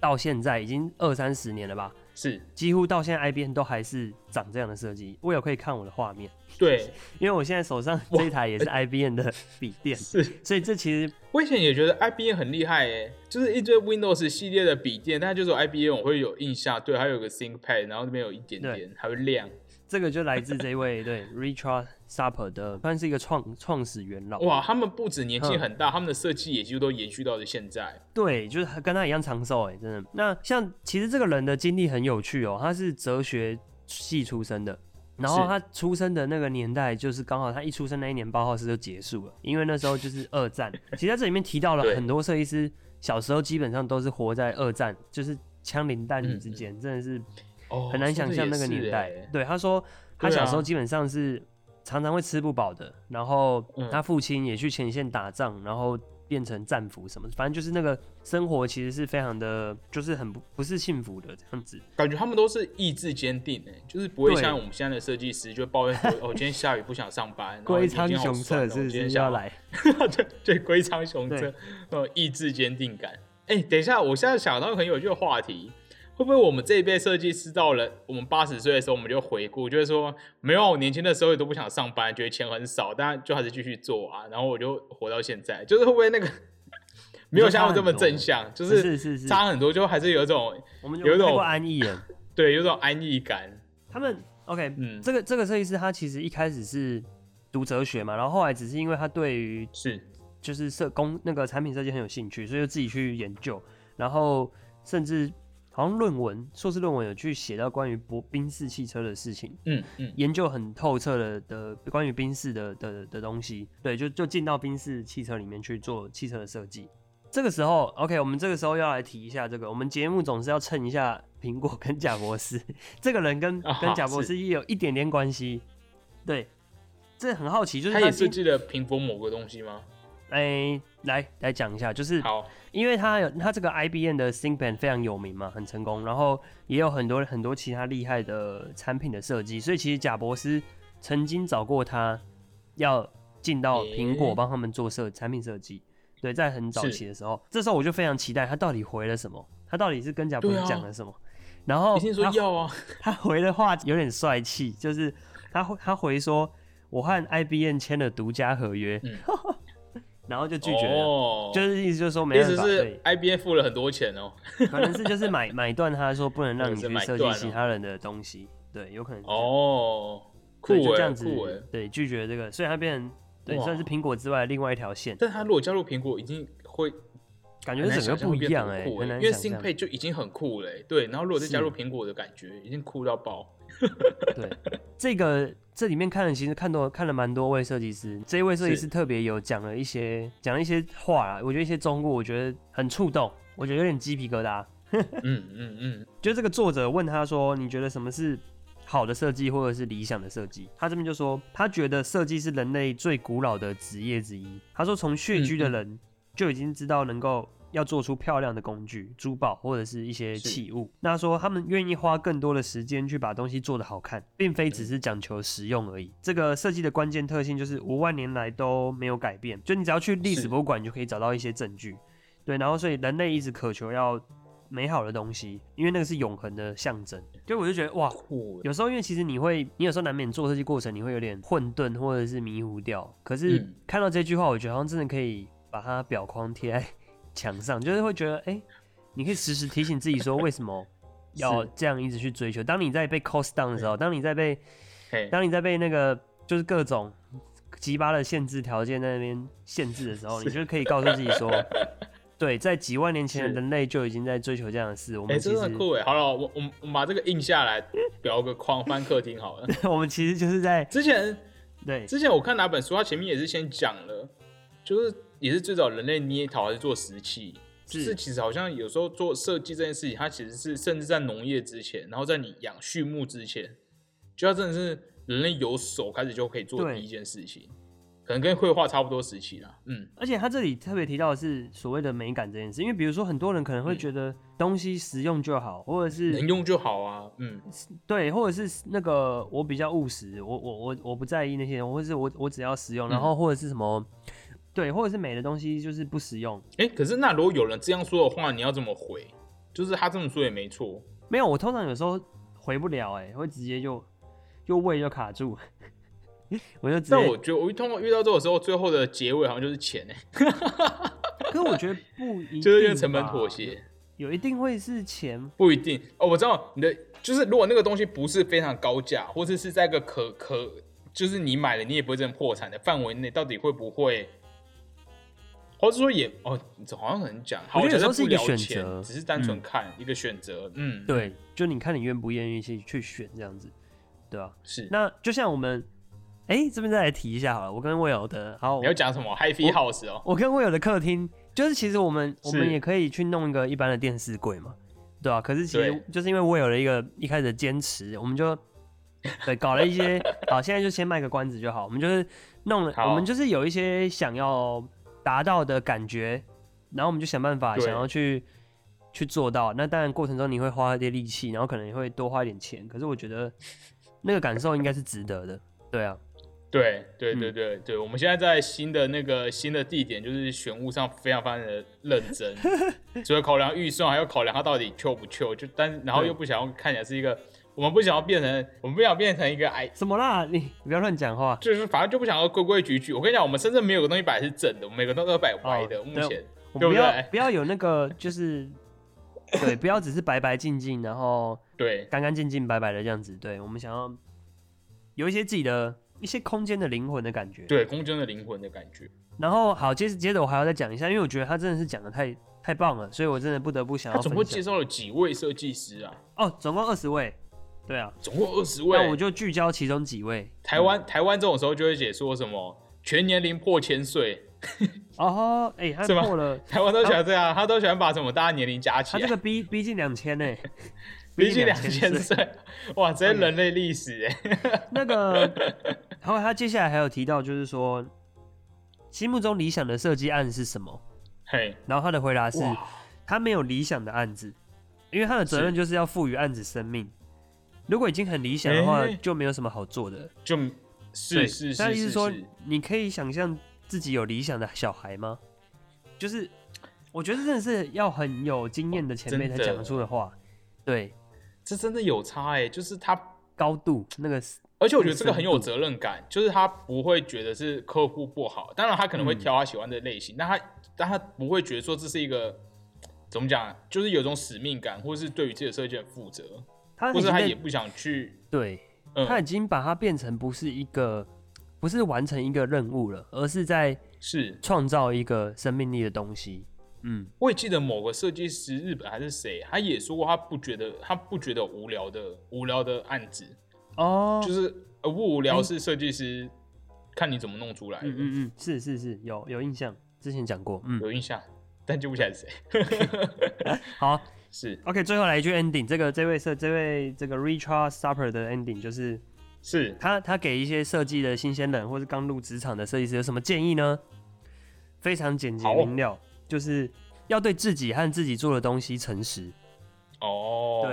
Speaker 2: 到现在已经二三十年了吧，
Speaker 1: 是
Speaker 2: 几乎到现在 IBM 都还是长这样的设计。我有可以看我的画面，
Speaker 1: 对，
Speaker 2: 因为我现在手上这一台也是 IBM 的笔电， *laughs*
Speaker 1: 是。
Speaker 2: 所以这其实
Speaker 1: 我以前也觉得 IBM 很厉害诶、就是一堆 Windows 系列的笔电，但就是有 IBM 我会有印象，对，还有个 ThinkPad，然后那边有一点点还会亮，
Speaker 2: 这个就来自这位对 Richard Sapper 的，算是一个创创始元老。
Speaker 1: 哇，他们不止年
Speaker 2: 嗯
Speaker 1: 纪很大，他们的设计也几乎都延续到了现在。
Speaker 2: 对，就是跟他一样长寿哎，真的。那像其实这个人的经历很有趣哦，他是哲学系出身的，然后
Speaker 1: 是
Speaker 2: 他出生的那个年代就是刚好他一出生那一年八号室就结束了，因为那时候就是二战。其实在这里面提到了
Speaker 1: 对
Speaker 2: 很多设计师小时候基本上都是活在二战，就是枪林弹雨之
Speaker 1: 嗯嗯
Speaker 2: 间，真的是
Speaker 1: 哦，
Speaker 2: 很难想象那个年
Speaker 1: 说得
Speaker 2: 代。
Speaker 1: 也是诶欸
Speaker 2: 对，他说他
Speaker 1: 对
Speaker 2: 小
Speaker 1: 啊
Speaker 2: 时候基本上是常常会吃不饱的，然后
Speaker 1: 嗯
Speaker 2: 他父亲也去前线打仗，然后变成战俘什么，反正就是那个生活其实是非常的，就是很不不是幸福的这样子。
Speaker 1: 感觉他们都是意志坚定诶、就是不会
Speaker 2: 对
Speaker 1: 像我们现在的设计师就抱怨说，哦，今天下雨不想上班，然后
Speaker 2: 龟
Speaker 1: 今天
Speaker 2: 仓
Speaker 1: 好
Speaker 2: 雄
Speaker 1: 酸
Speaker 2: 策
Speaker 1: 哦
Speaker 2: 是不
Speaker 1: 今天
Speaker 2: 是
Speaker 1: 想
Speaker 2: 要来？
Speaker 1: *laughs* 对对，龟仓雄
Speaker 2: 对
Speaker 1: 策，呃，意志坚定感。哎、等一下，我现在想到一个很有趣的话题，会不会我们这一辈设计师到了我们八十岁的时候，我们就回顾，就是说，没有，我年轻的时候也都不想上班，觉得钱很少，但就还是继续做啊，然后我就活到现在，就是会不会
Speaker 2: *laughs*
Speaker 1: 那个没有像我这么正向，就是
Speaker 2: 是是是
Speaker 1: 差很多，就还是有一种
Speaker 2: 我们
Speaker 1: 有一
Speaker 2: 太
Speaker 1: 种
Speaker 2: 过安逸了。
Speaker 1: 对，有一种安逸感。
Speaker 2: 他们 OK，
Speaker 1: 嗯，
Speaker 2: 这个这个设计师他其实一开始是读哲学嘛，然后后来只是因为他对于
Speaker 1: 是
Speaker 2: 就是设工那个产品设计很有兴趣，所以就自己去研究，然后甚至好像论文硕士论文有去写到关于博宾士汽车的事情，
Speaker 1: 嗯嗯，
Speaker 2: 研究很透彻的的关于宾士的的的东西，对，就就进到宾士汽车里面去做汽车的设计。这个时候，OK，我们这个时候要来提一下这个，我们节目总是要蹭一下苹果跟贾博士， *laughs* 这个人跟
Speaker 1: 啊
Speaker 2: 跟贾博
Speaker 1: 是
Speaker 2: 士也有一点点关系，对，这很好奇，就是
Speaker 1: 他也
Speaker 2: 今
Speaker 1: 设计了屏风某个东西吗？
Speaker 2: 哎、来来讲一下，就是
Speaker 1: 好，
Speaker 2: 因为他有他这个 IBM 的 ThinkPad 非常有名嘛，很成功，然后也有很多很多其他厉害的产品的设计，所以其实贾博斯曾经找过他，要进到苹果
Speaker 1: 诶
Speaker 2: 帮他们做设产品设计。对，在很早
Speaker 1: 是
Speaker 2: 期的时候，这时候我就非常期待他到底回了什么，他到底是跟贾博士
Speaker 1: 对啊
Speaker 2: 讲了什么。然后
Speaker 1: 一定说
Speaker 2: 他
Speaker 1: 要啊，
Speaker 2: 他回的话有点帅气，就是他回他回说我和 IBM 签了独家合约，
Speaker 1: 嗯
Speaker 2: *laughs* 然后就拒绝了。
Speaker 1: 哦
Speaker 2: 就是意思就是说没
Speaker 1: 意
Speaker 2: 办
Speaker 1: 思
Speaker 2: 法，
Speaker 1: 是
Speaker 2: 对，
Speaker 1: IBM 付了很多钱哦。
Speaker 2: 可能是就
Speaker 1: *laughs*
Speaker 2: 是买买断他说不能让你
Speaker 1: 或者是
Speaker 2: 去
Speaker 1: 买
Speaker 2: 设计
Speaker 1: 断
Speaker 2: 其
Speaker 1: 哦
Speaker 2: 他人的东西，对，有可能是这样
Speaker 1: 哦，酷
Speaker 2: 对就这
Speaker 1: 哎、
Speaker 2: 样子
Speaker 1: 酷哎、欸！，
Speaker 2: 对，拒绝这个，所以他变成对
Speaker 1: 哇
Speaker 2: 算是苹果之外的另外一条线，
Speaker 1: 但他如果加入苹果，一定会
Speaker 2: 感觉
Speaker 1: 很难
Speaker 2: 整个
Speaker 1: 想象
Speaker 2: 不
Speaker 1: 会
Speaker 2: 一
Speaker 1: 变
Speaker 2: 样
Speaker 1: 多
Speaker 2: 哎、
Speaker 1: 酷
Speaker 2: 很
Speaker 1: 欸
Speaker 2: 难
Speaker 1: 因为
Speaker 2: 想
Speaker 1: t h i n
Speaker 2: 象
Speaker 1: k。对，就已经很酷了欸、对，然后如果再加入苹果的感觉，已经酷到爆。
Speaker 2: 对，这个这里面看了，其实看多看了蛮多位设计师，这一位设计
Speaker 1: 是
Speaker 2: 师特别有讲了一些讲了一些话啊，我觉得一些忠告，我觉得很触动，我觉得有点鸡皮疙瘩。
Speaker 1: 嗯嗯嗯，
Speaker 2: 就这个作者问他说：“你觉得什么是好的设计，或者是理想的设计？”他这边就说，他觉得设计是人类最古老的职业之一。他说，从穴居的人就已经知道能够要做出漂亮的工具、珠宝或者是一些
Speaker 1: 是
Speaker 2: 器物。那他说他们愿意花更多的时间去把东西做得好看，并非只是讲求实用而已。这个设计的关键特性就是五万年来都没有改变，就你只要去历史
Speaker 1: 是
Speaker 2: 博物馆，你就可以找到一些证据。对，然后所以人类一直渴求要美好的东西，因为那个是永恒的象征。就我就觉得哇， *laughs*
Speaker 1: 酷欸、
Speaker 2: 有时候因为其实你会，你有时候难免做设计过程你会有点混沌或者是迷糊掉。可是
Speaker 1: 嗯
Speaker 2: 看到这句话，我觉得好像真的可以把它表框贴在 *laughs* 墙上，就是会觉得哎、诶你可以时时提醒自己说为什么
Speaker 1: *laughs*
Speaker 2: 要
Speaker 1: 是
Speaker 2: 这样一直去追求。当你在被 cost down 的时候，当你在被
Speaker 1: 嘿，
Speaker 2: 当你在被那个就是各种鸡巴的限制条件在那边限制的时候，你就可以告诉自己
Speaker 1: *laughs*
Speaker 2: 说，对，在几万年前的
Speaker 1: 是
Speaker 2: 人类就已经在追求这样的事。我
Speaker 1: 哎、
Speaker 2: 们其
Speaker 1: 真
Speaker 2: 实、
Speaker 1: 的很酷哎、好了，我我们我们把这个印下来，裱个框翻客厅好了。
Speaker 2: *laughs* 我们其实就是在
Speaker 1: 之前
Speaker 2: 对
Speaker 1: 之前我看哪本书，它前面也是先讲了，就是也是最早人类捏陶还是做石器，
Speaker 2: 是
Speaker 1: 就是其实好像有时候做设计这件事情，它其实是甚至在农业之前，然后在你养畜牧之前，就要真的是人类有手开始就可以做
Speaker 2: 对
Speaker 1: 第一件事情，可能跟绘画差不多时期啦。嗯，
Speaker 2: 而且他这里特别提到的是所谓的美感这件事，因为比如说很多人可能会
Speaker 1: 嗯
Speaker 2: 觉得东西实用就好，或者
Speaker 1: 能
Speaker 2: 是
Speaker 1: 用就好啊。嗯，
Speaker 2: 对，或者是那个我比较务实，我我我我不在意那些，或者是我我只要实
Speaker 1: 嗯
Speaker 2: 用，然后或者是什么，对，或者是美的东西就是不实用，
Speaker 1: 哎、可是那如果有人这样说的话，你要怎么回？就是他这么说也没错，
Speaker 2: 没有，我通常有时候回不了、欸，哎，会直接就就胃就卡住，我就直
Speaker 1: 但
Speaker 2: 接
Speaker 1: 我觉得我通常遇到这种时候，最后的结尾好像就是钱 *laughs* 哎、
Speaker 2: 可是我觉得
Speaker 1: *laughs*
Speaker 2: 不一定，
Speaker 1: 就是因为成本妥，协，
Speaker 2: 有一定会是钱，
Speaker 1: 不一定哦。我知道你的就是，如果那个东西不是非常高价，或者是在一个可可，就是你买了你也不会真的破产的范围内，到底会不会？或者说也哦，好像很讲，好
Speaker 2: 我觉得有时候
Speaker 1: 像
Speaker 2: 是
Speaker 1: 不
Speaker 2: 一个
Speaker 1: 聊
Speaker 2: 选
Speaker 1: 钱
Speaker 2: 择
Speaker 1: 只是单纯
Speaker 2: 嗯
Speaker 1: 看一个选择。嗯，，
Speaker 2: 对，就你看你愿不愿意去去选这样子，对啊，
Speaker 1: 是。
Speaker 2: 那就像我们，哎、这边再来提一下好了，我跟魏友的，好
Speaker 1: 你，要讲什么？Happy House 哦，
Speaker 2: 我跟我有的客厅，就是其实我们我们
Speaker 1: 是
Speaker 2: 也可以去弄一个一般的电视柜嘛，对啊，可是其实
Speaker 1: 对
Speaker 2: 就是因为我有了一个一开始的坚持，我们就 *laughs* 对搞了一
Speaker 1: *laughs*
Speaker 2: 些，好，现在就先卖个关子就好。我们就是弄了，
Speaker 1: 好
Speaker 2: 我们就是有一些想要达到的感觉，然后我们就想办法
Speaker 1: 对
Speaker 2: 想要去去做到。那当然过程中你会花一些力气，然后可能也会多花一点钱，可是我觉得那个感受应该是值得的。对啊，
Speaker 1: 对对
Speaker 2: 嗯
Speaker 1: 对对对，我们现在在新的那个新的地点，就是选物上非常非常的认
Speaker 2: *laughs*
Speaker 1: 真，除了考量预算，还要考量它到底 Q 不 Q，就但然后
Speaker 2: 对
Speaker 1: 又不想要看起来是一个，我们不想要变成，我们不想变成一个哎，
Speaker 2: 什么啦？你你不要乱讲话。
Speaker 1: 就是反正就不想要规规矩矩。我跟你讲，我们深圳没有个东西摆是正的，我们每个都都摆歪的。
Speaker 2: 哦
Speaker 1: 目
Speaker 2: 对
Speaker 1: 前
Speaker 2: 我
Speaker 1: 对不
Speaker 2: 们不要
Speaker 1: 对
Speaker 2: 不要有那个就是，对，不要只是白白净净，然后
Speaker 1: 对
Speaker 2: 干干净净、白白的这样子。对我们想要有一些自己的一些空间的灵魂的感觉。
Speaker 1: 对空中的灵魂的感觉，
Speaker 2: 然后好，接着接着我还要再讲一下，因为我觉得他真的是讲的太太棒了，所以我真的不得不想
Speaker 1: 他
Speaker 2: 要
Speaker 1: 总
Speaker 2: 分
Speaker 1: 共介
Speaker 2: 享。
Speaker 1: 绍了几位设计师啊？
Speaker 2: 哦，总共二十位，对啊，
Speaker 1: 总共二十位。
Speaker 2: 那我就聚焦其中几位。
Speaker 1: 台湾台湾这种时候就会解说什么全年龄破千岁。
Speaker 2: 哦，哎、他
Speaker 1: 是吗 *laughs*
Speaker 2: 破了，
Speaker 1: 台湾都喜欢这样，他都喜欢把什么大家年龄加起
Speaker 2: 他这
Speaker 1: 来，
Speaker 2: 个逼逼近两千呢，
Speaker 1: *laughs* 逼近两
Speaker 2: 2000
Speaker 1: 千
Speaker 2: 岁。
Speaker 1: 岁，
Speaker 2: *laughs*
Speaker 1: 哇，直接人类历史哎、
Speaker 2: 那个， *laughs* 然后他接下来还有提到，就是说，心目中理想的设计案是什么？
Speaker 1: 嘿，
Speaker 2: 然后他的回答是，
Speaker 1: 哇，
Speaker 2: 他没有理想的案子，因为他的责任就是要赋予案子生命。如果已经很理想的话，
Speaker 1: 诶
Speaker 2: 就没有什么好做的。
Speaker 1: 就是
Speaker 2: 对
Speaker 1: 是
Speaker 2: 他的
Speaker 1: 是
Speaker 2: 意思
Speaker 1: 是
Speaker 2: 是说
Speaker 1: 是，，
Speaker 2: 你可以想象自己有理想的小孩吗？就是，我觉得真的是要很有经验的前辈才
Speaker 1: 哦真的
Speaker 2: 讲得出的话。对，
Speaker 1: 这真的有差哎、就是他，
Speaker 2: 高度那个
Speaker 1: 而且我觉得这个很
Speaker 2: 嗯
Speaker 1: 有责任感，就是他不会觉得是客户不好，当然他可能会
Speaker 2: 嗯
Speaker 1: 挑他喜欢的类型，但他但他不会觉得说这是一个。怎么讲？就是有种使命感，或是对于自己的设计很负责，
Speaker 2: 他
Speaker 1: 或
Speaker 2: 已
Speaker 1: 是
Speaker 2: 经
Speaker 1: 他
Speaker 2: 在
Speaker 1: 也不想去。
Speaker 2: 对，
Speaker 1: 嗯
Speaker 2: 他已经把它变成不是一个，不是完成一个任务了，而是在
Speaker 1: 是，
Speaker 2: 创造一个生命力的东西。嗯，
Speaker 1: 我也记得某个设计师，日本还是谁，他也说过他不觉得他不觉得无聊的无聊的案子，
Speaker 2: 哦，
Speaker 1: 就是呃不无聊
Speaker 2: 哎
Speaker 1: 是设计师、看你怎么弄出来的，
Speaker 2: 嗯嗯嗯，是是是，有有印象，之前讲过。嗯，
Speaker 1: 有印象，但记不起来是谁。
Speaker 2: 好
Speaker 1: 是
Speaker 2: ，OK，最后来一句 ending，这个这位设这位这个 Richard Supper 的 ending 就是
Speaker 1: 是，
Speaker 2: 他他给一些设计的新鲜人或是刚入职场的设计师有什么建议呢？非常简洁
Speaker 1: 好
Speaker 2: 明了，就是要对自己和自己做的东西诚实，
Speaker 1: 哦，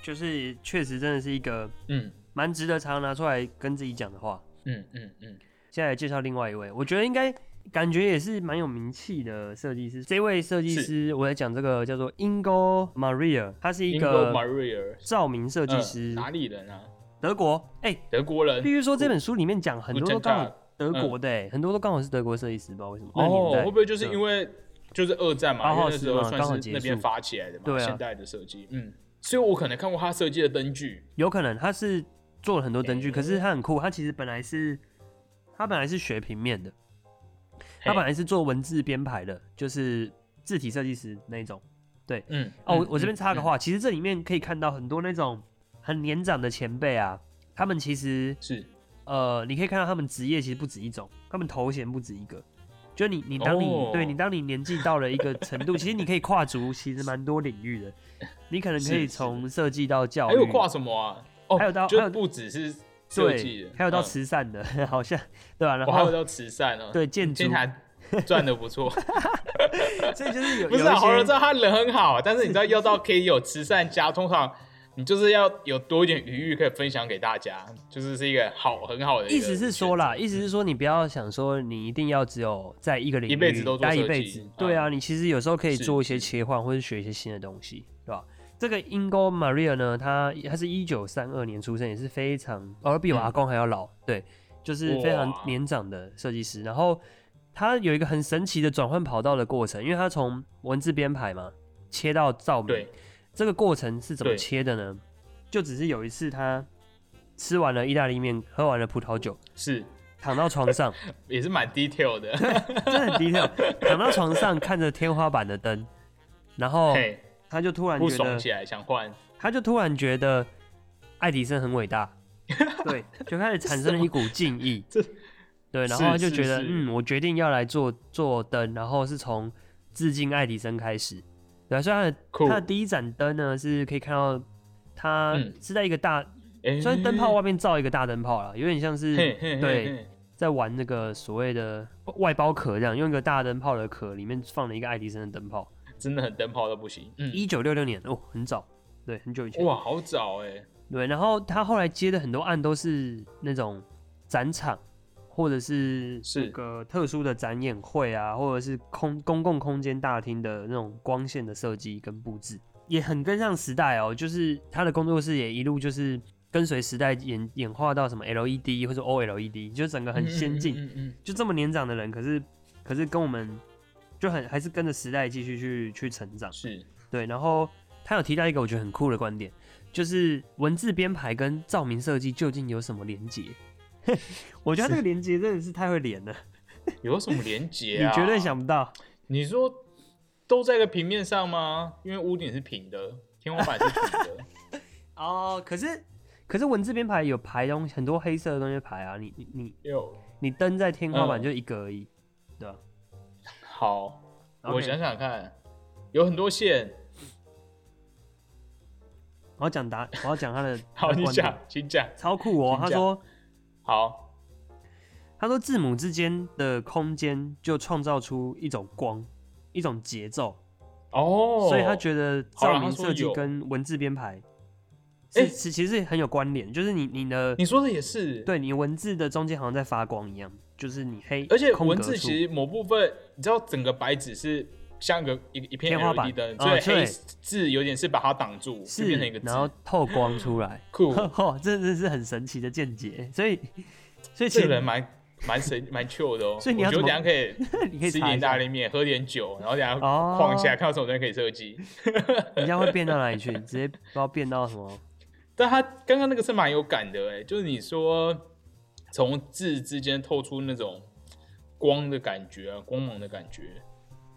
Speaker 2: 就是确实真的是一个
Speaker 1: 嗯
Speaker 2: 蛮值得常常拿出来跟自己讲的话。
Speaker 1: 嗯嗯嗯，
Speaker 2: 现在来介绍另外一位，我觉得应该感觉也是蛮有名气的设计师。这位设计师，我在讲这个叫做 Ingo Maria，他是一
Speaker 1: Ingo
Speaker 2: 个
Speaker 1: Maria
Speaker 2: 照明设计
Speaker 1: 嗯
Speaker 2: 师，
Speaker 1: 哪里人啊？
Speaker 2: 德国。哎、
Speaker 1: 德国人
Speaker 2: 必，须说这本书里面讲很多都刚好德国的、哎、很多都刚好是德国设计师，不知道为什么。那
Speaker 1: 嗯哦，
Speaker 2: 年
Speaker 1: 会不
Speaker 2: 代
Speaker 1: 会就是因为就是二战嘛？
Speaker 2: 啊
Speaker 1: 因为
Speaker 2: 哦
Speaker 1: 那时
Speaker 2: 是
Speaker 1: 候
Speaker 2: 吗刚好
Speaker 1: 算是
Speaker 2: 结
Speaker 1: 那边
Speaker 2: 束
Speaker 1: 发起来的嘛，
Speaker 2: 对啊
Speaker 1: 现代的设计，嗯，所以我可能看过他设计的灯具，
Speaker 2: 有可能他是做了很多灯具，
Speaker 1: 哎
Speaker 2: 可是他很酷，他其实本来是他本来是学平面的，他
Speaker 1: 嘿
Speaker 2: 本来是做文字编排的，就是字体设计师那一种。
Speaker 1: 嗯，
Speaker 2: 哦，我
Speaker 1: 嗯
Speaker 2: 我这边插个，
Speaker 1: 嗯嗯
Speaker 2: 话，其实这里面可以看到很多那种很年长的前辈啊，他们其实
Speaker 1: 嗯是
Speaker 2: 呃，你可以看到他们职业其实不止一种，他们头衔不止一个。就你你当你、
Speaker 1: 哦
Speaker 2: 对你当你年纪到了一个程度，其实你可以跨足其实蛮多领域的，你可能可
Speaker 1: 是
Speaker 2: 以
Speaker 1: 是
Speaker 2: 从设计到教
Speaker 1: 还
Speaker 2: 育，
Speaker 1: 有挂什么啊？哦，
Speaker 2: 还有到还
Speaker 1: 就
Speaker 2: 有
Speaker 1: 不只是设计
Speaker 2: 对
Speaker 1: 的，，
Speaker 2: 还有到
Speaker 1: 嗯，
Speaker 2: 慈善的， *laughs* 好像对吧、然
Speaker 1: 我还有
Speaker 2: 后
Speaker 1: 到慈善哦，，
Speaker 2: 对建筑
Speaker 1: 天，台赚的不错，
Speaker 2: *laughs* 所以就是有
Speaker 1: 不是
Speaker 2: 有
Speaker 1: 啊，
Speaker 2: 一
Speaker 1: 黄仁
Speaker 2: 些
Speaker 1: 知道他人很好，啊但是你知道要到可以有慈善家，通常你就是要有多一点余裕可以分享给大家，就是是一个好很好的一个
Speaker 2: 意
Speaker 1: 选择，嗯
Speaker 2: 思是说啦，意思是说你不要想说你一定要只有在一个领域
Speaker 1: 一辈子都做
Speaker 2: 待一
Speaker 1: 设
Speaker 2: 辈
Speaker 1: 计
Speaker 2: 子
Speaker 1: 嗯，
Speaker 2: 对啊，你其实有时候可以
Speaker 1: 是
Speaker 2: 做一些
Speaker 1: 是
Speaker 2: 切换或者学一些新的东西，对吧？这个 Ingo Maria 呢，他他是一九三二年出生，也是非常，而比我阿公还要老，对，就是非常
Speaker 1: 嗯哇
Speaker 2: 年长的设计师。然后他有一个很神奇的转换跑道的过程，因为他从文字编排嘛，切到照明
Speaker 1: 对，，
Speaker 2: 这个过程是怎么
Speaker 1: 对
Speaker 2: 切的呢？就只是有一次他吃完了意大利面，喝完了葡萄酒，
Speaker 1: 是
Speaker 2: 躺到
Speaker 1: *laughs*
Speaker 2: 床上，
Speaker 1: 也是蛮 detail 的。
Speaker 2: 真的很低调，躺到床上看着天花板的灯，然后
Speaker 1: 嘿，
Speaker 2: 他就突然
Speaker 1: 不
Speaker 2: 哦觉
Speaker 1: 爽
Speaker 2: 得
Speaker 1: 起来想换，
Speaker 2: 他就突然觉得爱迪生很
Speaker 1: *laughs*
Speaker 2: 伟大，对，就开始产生了一股敬意
Speaker 1: 这。
Speaker 2: 对，然
Speaker 1: 是
Speaker 2: 后他就觉
Speaker 1: 是
Speaker 2: 得，
Speaker 1: 是
Speaker 2: 嗯，我决定要来做做灯，然后是从致敬爱迪生开始。对啊，所以他的
Speaker 1: 酷
Speaker 2: 他的第一盏灯呢，是可以看到他
Speaker 1: 嗯
Speaker 2: 是在一个大，
Speaker 1: 哎，
Speaker 2: 虽然灯泡外面罩一个大灯泡啦，有点像
Speaker 1: 嘿，
Speaker 2: 是
Speaker 1: 嘿嘿
Speaker 2: 对
Speaker 1: 嘿
Speaker 2: 在玩那个所谓的外包壳这样，用一个大灯泡的壳里面放了一个爱迪生的灯泡。
Speaker 1: 真的很灯泡都不行。嗯，
Speaker 2: 一九六六年哦，很早，对，很久以前。
Speaker 1: 哇，好早哎，
Speaker 2: 对，然后他后来接的很多案都是那种展场，或者是
Speaker 1: 是
Speaker 2: 那个特殊的展演会啊，或者是空公共空间大厅的那种光线的设计跟布置，也很跟上时代哦。就是他的工作室也一路就是跟随时代演演化到什么 LED 或者 OLED，就 E 整个很先进。
Speaker 1: 嗯嗯嗯，
Speaker 2: 就这么年长的人，可是可是跟我们就很还是跟着时代继续去去成长
Speaker 1: 嗯。是
Speaker 2: 对，然后他有提到一个我觉得很酷的观点，就是文字编排跟照明设计究竟有什么连结？ *laughs* 我觉得他这个连结真的是太会连了，
Speaker 1: 有什么连接
Speaker 2: *laughs* 你
Speaker 1: 啊？
Speaker 2: 绝对想不到。
Speaker 1: 你说都在一个平面上吗？因为屋顶是平的，天花板是平
Speaker 2: *laughs*
Speaker 1: 的。
Speaker 2: 哦，可是可是文字编排有排东很多黑色的东西排啊，你你你
Speaker 1: 有
Speaker 2: 你灯在天花板
Speaker 1: 嗯
Speaker 2: 就一个而已，对吧、
Speaker 1: 好，我
Speaker 2: OK，
Speaker 1: 想想看，有很多线。
Speaker 2: 我要讲答，我要讲他的
Speaker 1: *laughs*
Speaker 2: 他
Speaker 1: 好，
Speaker 2: 的
Speaker 1: 你
Speaker 2: 观点
Speaker 1: 讲，请讲。
Speaker 2: 超酷哦，
Speaker 1: 请
Speaker 2: 他
Speaker 1: 讲
Speaker 2: 说。
Speaker 1: 好，
Speaker 2: 他说字母之间的空间就创造出一种光，一种节奏，
Speaker 1: 哦，
Speaker 2: 所以他觉得照明
Speaker 1: 好啦
Speaker 2: 设
Speaker 1: 他说
Speaker 2: 计
Speaker 1: 有
Speaker 2: 跟文字编排
Speaker 1: 欸
Speaker 2: 是其其实很有关联，就是你你的
Speaker 1: 你说的也是，
Speaker 2: 对你文字的中间好像在发光一样，就是你黑，
Speaker 1: 而且
Speaker 2: 空
Speaker 1: 文
Speaker 2: 格
Speaker 1: 字
Speaker 2: 处
Speaker 1: 其实某部分，你知道整个白纸是像个一一片
Speaker 2: 天花板
Speaker 1: LED 灯，
Speaker 2: 啊
Speaker 1: 所以
Speaker 2: 对
Speaker 1: 黑字有点是把它挡住，就是变成一个，字
Speaker 2: 然。后透光出来，
Speaker 1: *laughs* 酷，
Speaker 2: 哦，这真的是很神奇的见解，所以所以
Speaker 1: 这
Speaker 2: 其
Speaker 1: 个
Speaker 2: 实
Speaker 1: 人蛮蛮神蛮 chill 的哦。
Speaker 2: 所以你要
Speaker 1: 我觉得等
Speaker 2: 怎么
Speaker 1: 下可以
Speaker 2: 你可以
Speaker 1: 吃
Speaker 2: 查
Speaker 1: 点
Speaker 2: 一
Speaker 1: 意大
Speaker 2: 下，
Speaker 1: 利面，喝点酒，然后等下
Speaker 2: 哦
Speaker 1: 逛一下，看到什么东西可以设计。
Speaker 2: 人家会变到哪里去？直接不知道变到什么
Speaker 1: 但他刚刚那个是蛮有感的、欸，就是你说从字之间透出那种光的感觉啊，光芒的感觉，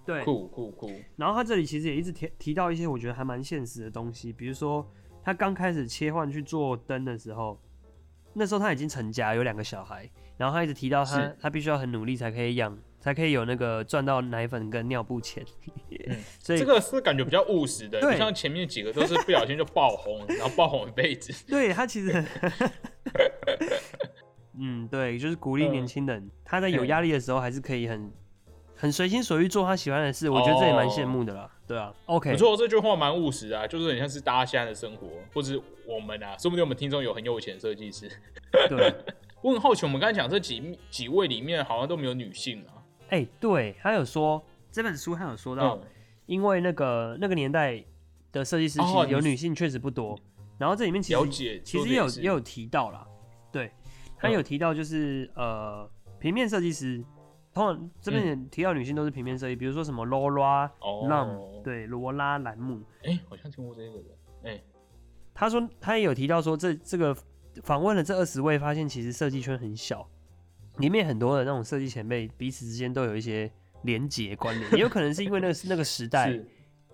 Speaker 2: 对
Speaker 1: 酷酷酷，
Speaker 2: 然后他这里其实也一直提提到一些我觉得还蛮现实的东西，比如说他刚开始切换去做灯的时候，那时候他已经成家有两个小孩，然后他一直提到他
Speaker 1: 是
Speaker 2: 他必须要很努力才可以养，才可以有那个赚到奶粉跟尿布钱， *laughs* 所
Speaker 1: 嗯
Speaker 2: 以、
Speaker 1: 这个是感觉比较务实的，
Speaker 2: 对
Speaker 1: 不像前面几个都是不小心就爆红，然后爆红一辈子。
Speaker 2: 对他其实
Speaker 1: *laughs*
Speaker 2: 很嗯对，就是鼓励
Speaker 1: 嗯
Speaker 2: 年轻人、他在有
Speaker 1: 嗯
Speaker 2: 压力的时候还是可以很很随心所欲做他喜欢的事，我觉得这也蛮羡慕的啦。对
Speaker 1: 嗯
Speaker 2: 啊，OK，
Speaker 1: 不错，这句话蛮务实啊，就是很像是大家现在的生活，或者是我们啊，说不定我们听众有很有钱的设计师。
Speaker 2: 对。
Speaker 1: 我很好奇，我们刚才讲这几几位里面好像都没有女性啊。
Speaker 2: 哎、对，他有说这本书，他有说到，
Speaker 1: 嗯
Speaker 2: 因为那个那个年代的设计师其
Speaker 1: 哦
Speaker 2: 实有
Speaker 1: 你
Speaker 2: 女性确实不多，然后这里面其
Speaker 1: 了
Speaker 2: 实
Speaker 1: 解，
Speaker 2: 其
Speaker 1: 说
Speaker 2: 实
Speaker 1: 的
Speaker 2: 也有
Speaker 1: 是嗯
Speaker 2: 也有提到啦，对，他有提到就是、呃平面设计师，通常这
Speaker 1: 嗯
Speaker 2: 边也提到女性都是平面设计，比如说什么 Laura
Speaker 1: 哦
Speaker 2: Lam，，对，罗拉兰姆，
Speaker 1: 哎、好像听过这个人，哎、
Speaker 2: 他说他也有提到说这这个访问了这二十位，发现其实设计圈很小，里面很多的那种设计前辈彼此之间都有一些连结关联，也有可能是因为那个那个时代
Speaker 1: *laughs* 是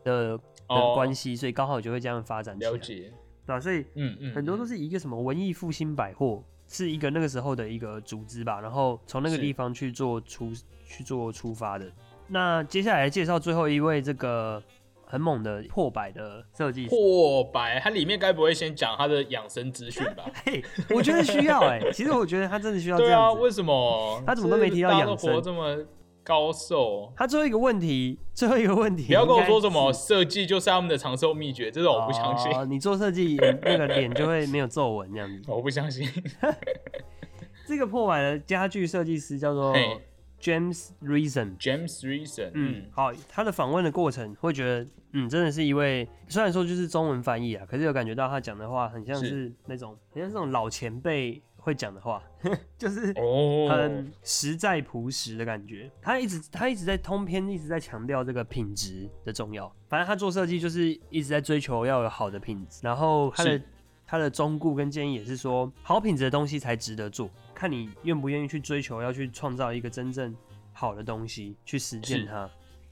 Speaker 2: 的的
Speaker 1: 哦
Speaker 2: 关系，所以刚好就会这样发展起来，
Speaker 1: 了
Speaker 2: 对
Speaker 1: 解，
Speaker 2: 吧、所以
Speaker 1: 嗯嗯，
Speaker 2: 很多都
Speaker 1: 嗯
Speaker 2: 是一个什么文艺复兴百货，是一个那个时候的一个组织吧，然后从那个
Speaker 1: 是
Speaker 2: 地方去做出去做出发的。那接下来介绍最后一位这个很猛的破百的设计师，
Speaker 1: 破百，它里面该不会先讲它的养生资讯吧？
Speaker 2: 嘿，哎我觉得需要哎、其实我觉得 *laughs* 他真的需要这
Speaker 1: 对啊，
Speaker 2: 样子。
Speaker 1: 为什么
Speaker 2: 他怎么都没提到
Speaker 1: 就是大家
Speaker 2: 养
Speaker 1: 都
Speaker 2: 生
Speaker 1: 活这么高寿？
Speaker 2: 他最后一个问题，最后一个问题，
Speaker 1: 不要跟我说
Speaker 2: 应该
Speaker 1: 什么设计就是他们的长寿秘诀，这种我不相信，
Speaker 2: 哦你做设计那个脸就会没有皱纹这样子。
Speaker 1: *laughs* 我不相信。
Speaker 2: 这个破百的家具设计师叫做
Speaker 1: 嘿嗯
Speaker 2: James Reason，
Speaker 1: James Reason，
Speaker 2: 嗯
Speaker 1: 嗯，，
Speaker 2: 好，他的访问的过程会觉得嗯，真的是一位，虽然说就是中文翻译啊，可是有感觉到他讲的话很像
Speaker 1: 是
Speaker 2: 是那种，很像是那种老前辈会讲
Speaker 1: *laughs*
Speaker 2: 的话，就是
Speaker 1: 哦，
Speaker 2: 很实在朴实的感觉。他一直他一直在通篇一直在强调这个品质的重要。反正他做设计就是一直在追求要有好的品质，然后他的
Speaker 1: 是
Speaker 2: 他的忠固跟建议也是说，好品质的东西才值得做，看你愿不愿意去追求，要去创造一个真正好的东西去实践
Speaker 1: 是
Speaker 2: 它。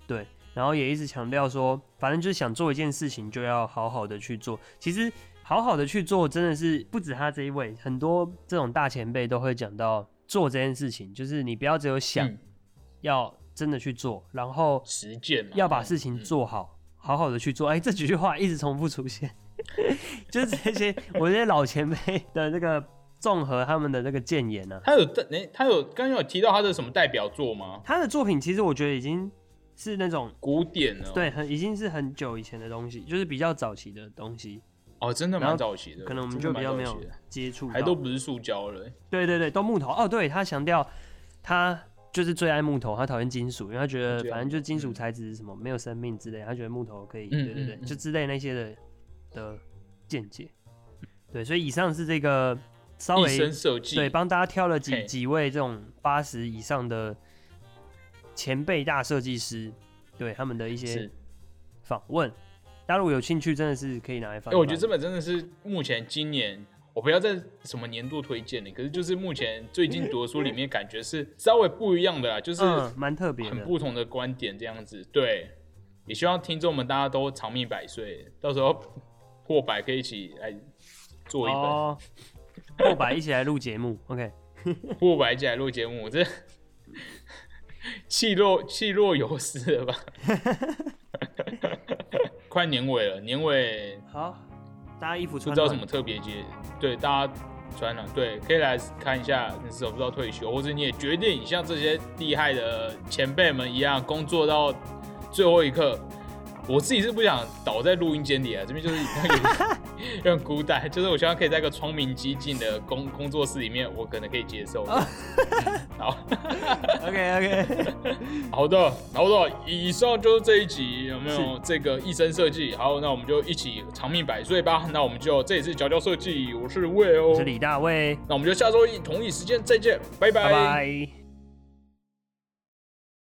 Speaker 2: 对，然后也一直强调说，反正就是想做一件事情，就要好好的去做。其实好好的去做，真的是不止他这一位，很多这种大前辈都会讲到做这件事情，就是你不要只有想，
Speaker 1: 嗯
Speaker 2: 要真的去做，然后
Speaker 1: 实践嘛，
Speaker 2: 要把事情
Speaker 1: 嗯
Speaker 2: 做好，好好的去做。哎、这几句话一直重复出现， *laughs* 就是这些我这些老前辈的那个综合他们的那个谏言呢、啊。
Speaker 1: 他有代，诶他有刚刚有提到他的什么代表作吗？
Speaker 2: 他的作品其实我觉得已经是那种
Speaker 1: 古典呢？，
Speaker 2: 对，很已经是很久以前的东西，就是比较早期的东西，
Speaker 1: 哦，真的
Speaker 2: 然
Speaker 1: 蛮
Speaker 2: 后
Speaker 1: 早期的，
Speaker 2: 可能我们
Speaker 1: 真
Speaker 2: 就
Speaker 1: 的蛮
Speaker 2: 比较
Speaker 1: 早
Speaker 2: 没
Speaker 1: 期
Speaker 2: 有
Speaker 1: 的
Speaker 2: 接触
Speaker 1: 还
Speaker 2: 到。
Speaker 1: 都不是塑胶了、欸
Speaker 2: 对对对，都木头。哦，对他强调他就是最爱木头，他讨厌金属，因为他觉得
Speaker 1: 最爱
Speaker 2: 反正就金属
Speaker 1: 嗯
Speaker 2: 材质是什么没有生命之类，他觉得木头可以，
Speaker 1: 嗯
Speaker 2: 对对对，
Speaker 1: 嗯嗯
Speaker 2: 就之类那些的的见解。对，所以以上是这个稍
Speaker 1: 一
Speaker 2: 微
Speaker 1: 生设计，
Speaker 2: 对帮大家挑了几
Speaker 1: 嘿
Speaker 2: 几位这种八十以上的前辈大设计师，对他们的一些
Speaker 1: 是。
Speaker 2: 访问。大家如果有兴趣，真的是可以拿来翻
Speaker 1: 哎、
Speaker 2: 一翻。
Speaker 1: 我觉得这本真的是目前今年，我不要在什么年度推荐的，可是就是目前最近读的书里面，感觉是稍微不一样的啦，就是
Speaker 2: 嗯蛮特别
Speaker 1: 很
Speaker 2: 的。
Speaker 1: 不同的观点这样子。对，也希望听众们大家都长命百岁，到时候破百可以一起来做一本，
Speaker 2: 哦，后白一起来录节目，OK。
Speaker 1: 破百一起来录节目，我这 *laughs* 气若气若游丝
Speaker 2: *laughs*
Speaker 1: 了吧？快年尾了，年尾
Speaker 2: 好，大家衣服
Speaker 1: 不
Speaker 2: 穿
Speaker 1: 知道
Speaker 2: 暖
Speaker 1: 什么特别节，对大家穿了，对，可以来看一下你是否不知道退休，或者你也决定你像这些厉害的前辈们一样，工作到最后一刻。我自己是不想倒在录音间里啊，这边就是有点有点孤单，就是我希望可以在一个窗明几净的工工作室里面，我可能可以接
Speaker 2: *laughs*
Speaker 1: 受。好 *laughs*
Speaker 2: OK OK，
Speaker 1: 好的，好的，以上就是这一集有没有这个一生设计？好，那我们就一起长命百岁吧。那我们就这里是角角设计，我是魏
Speaker 2: 我
Speaker 1: 哦
Speaker 2: 是，李大卫，
Speaker 1: 那我们就下周一同一时间再见，拜
Speaker 2: 拜拜。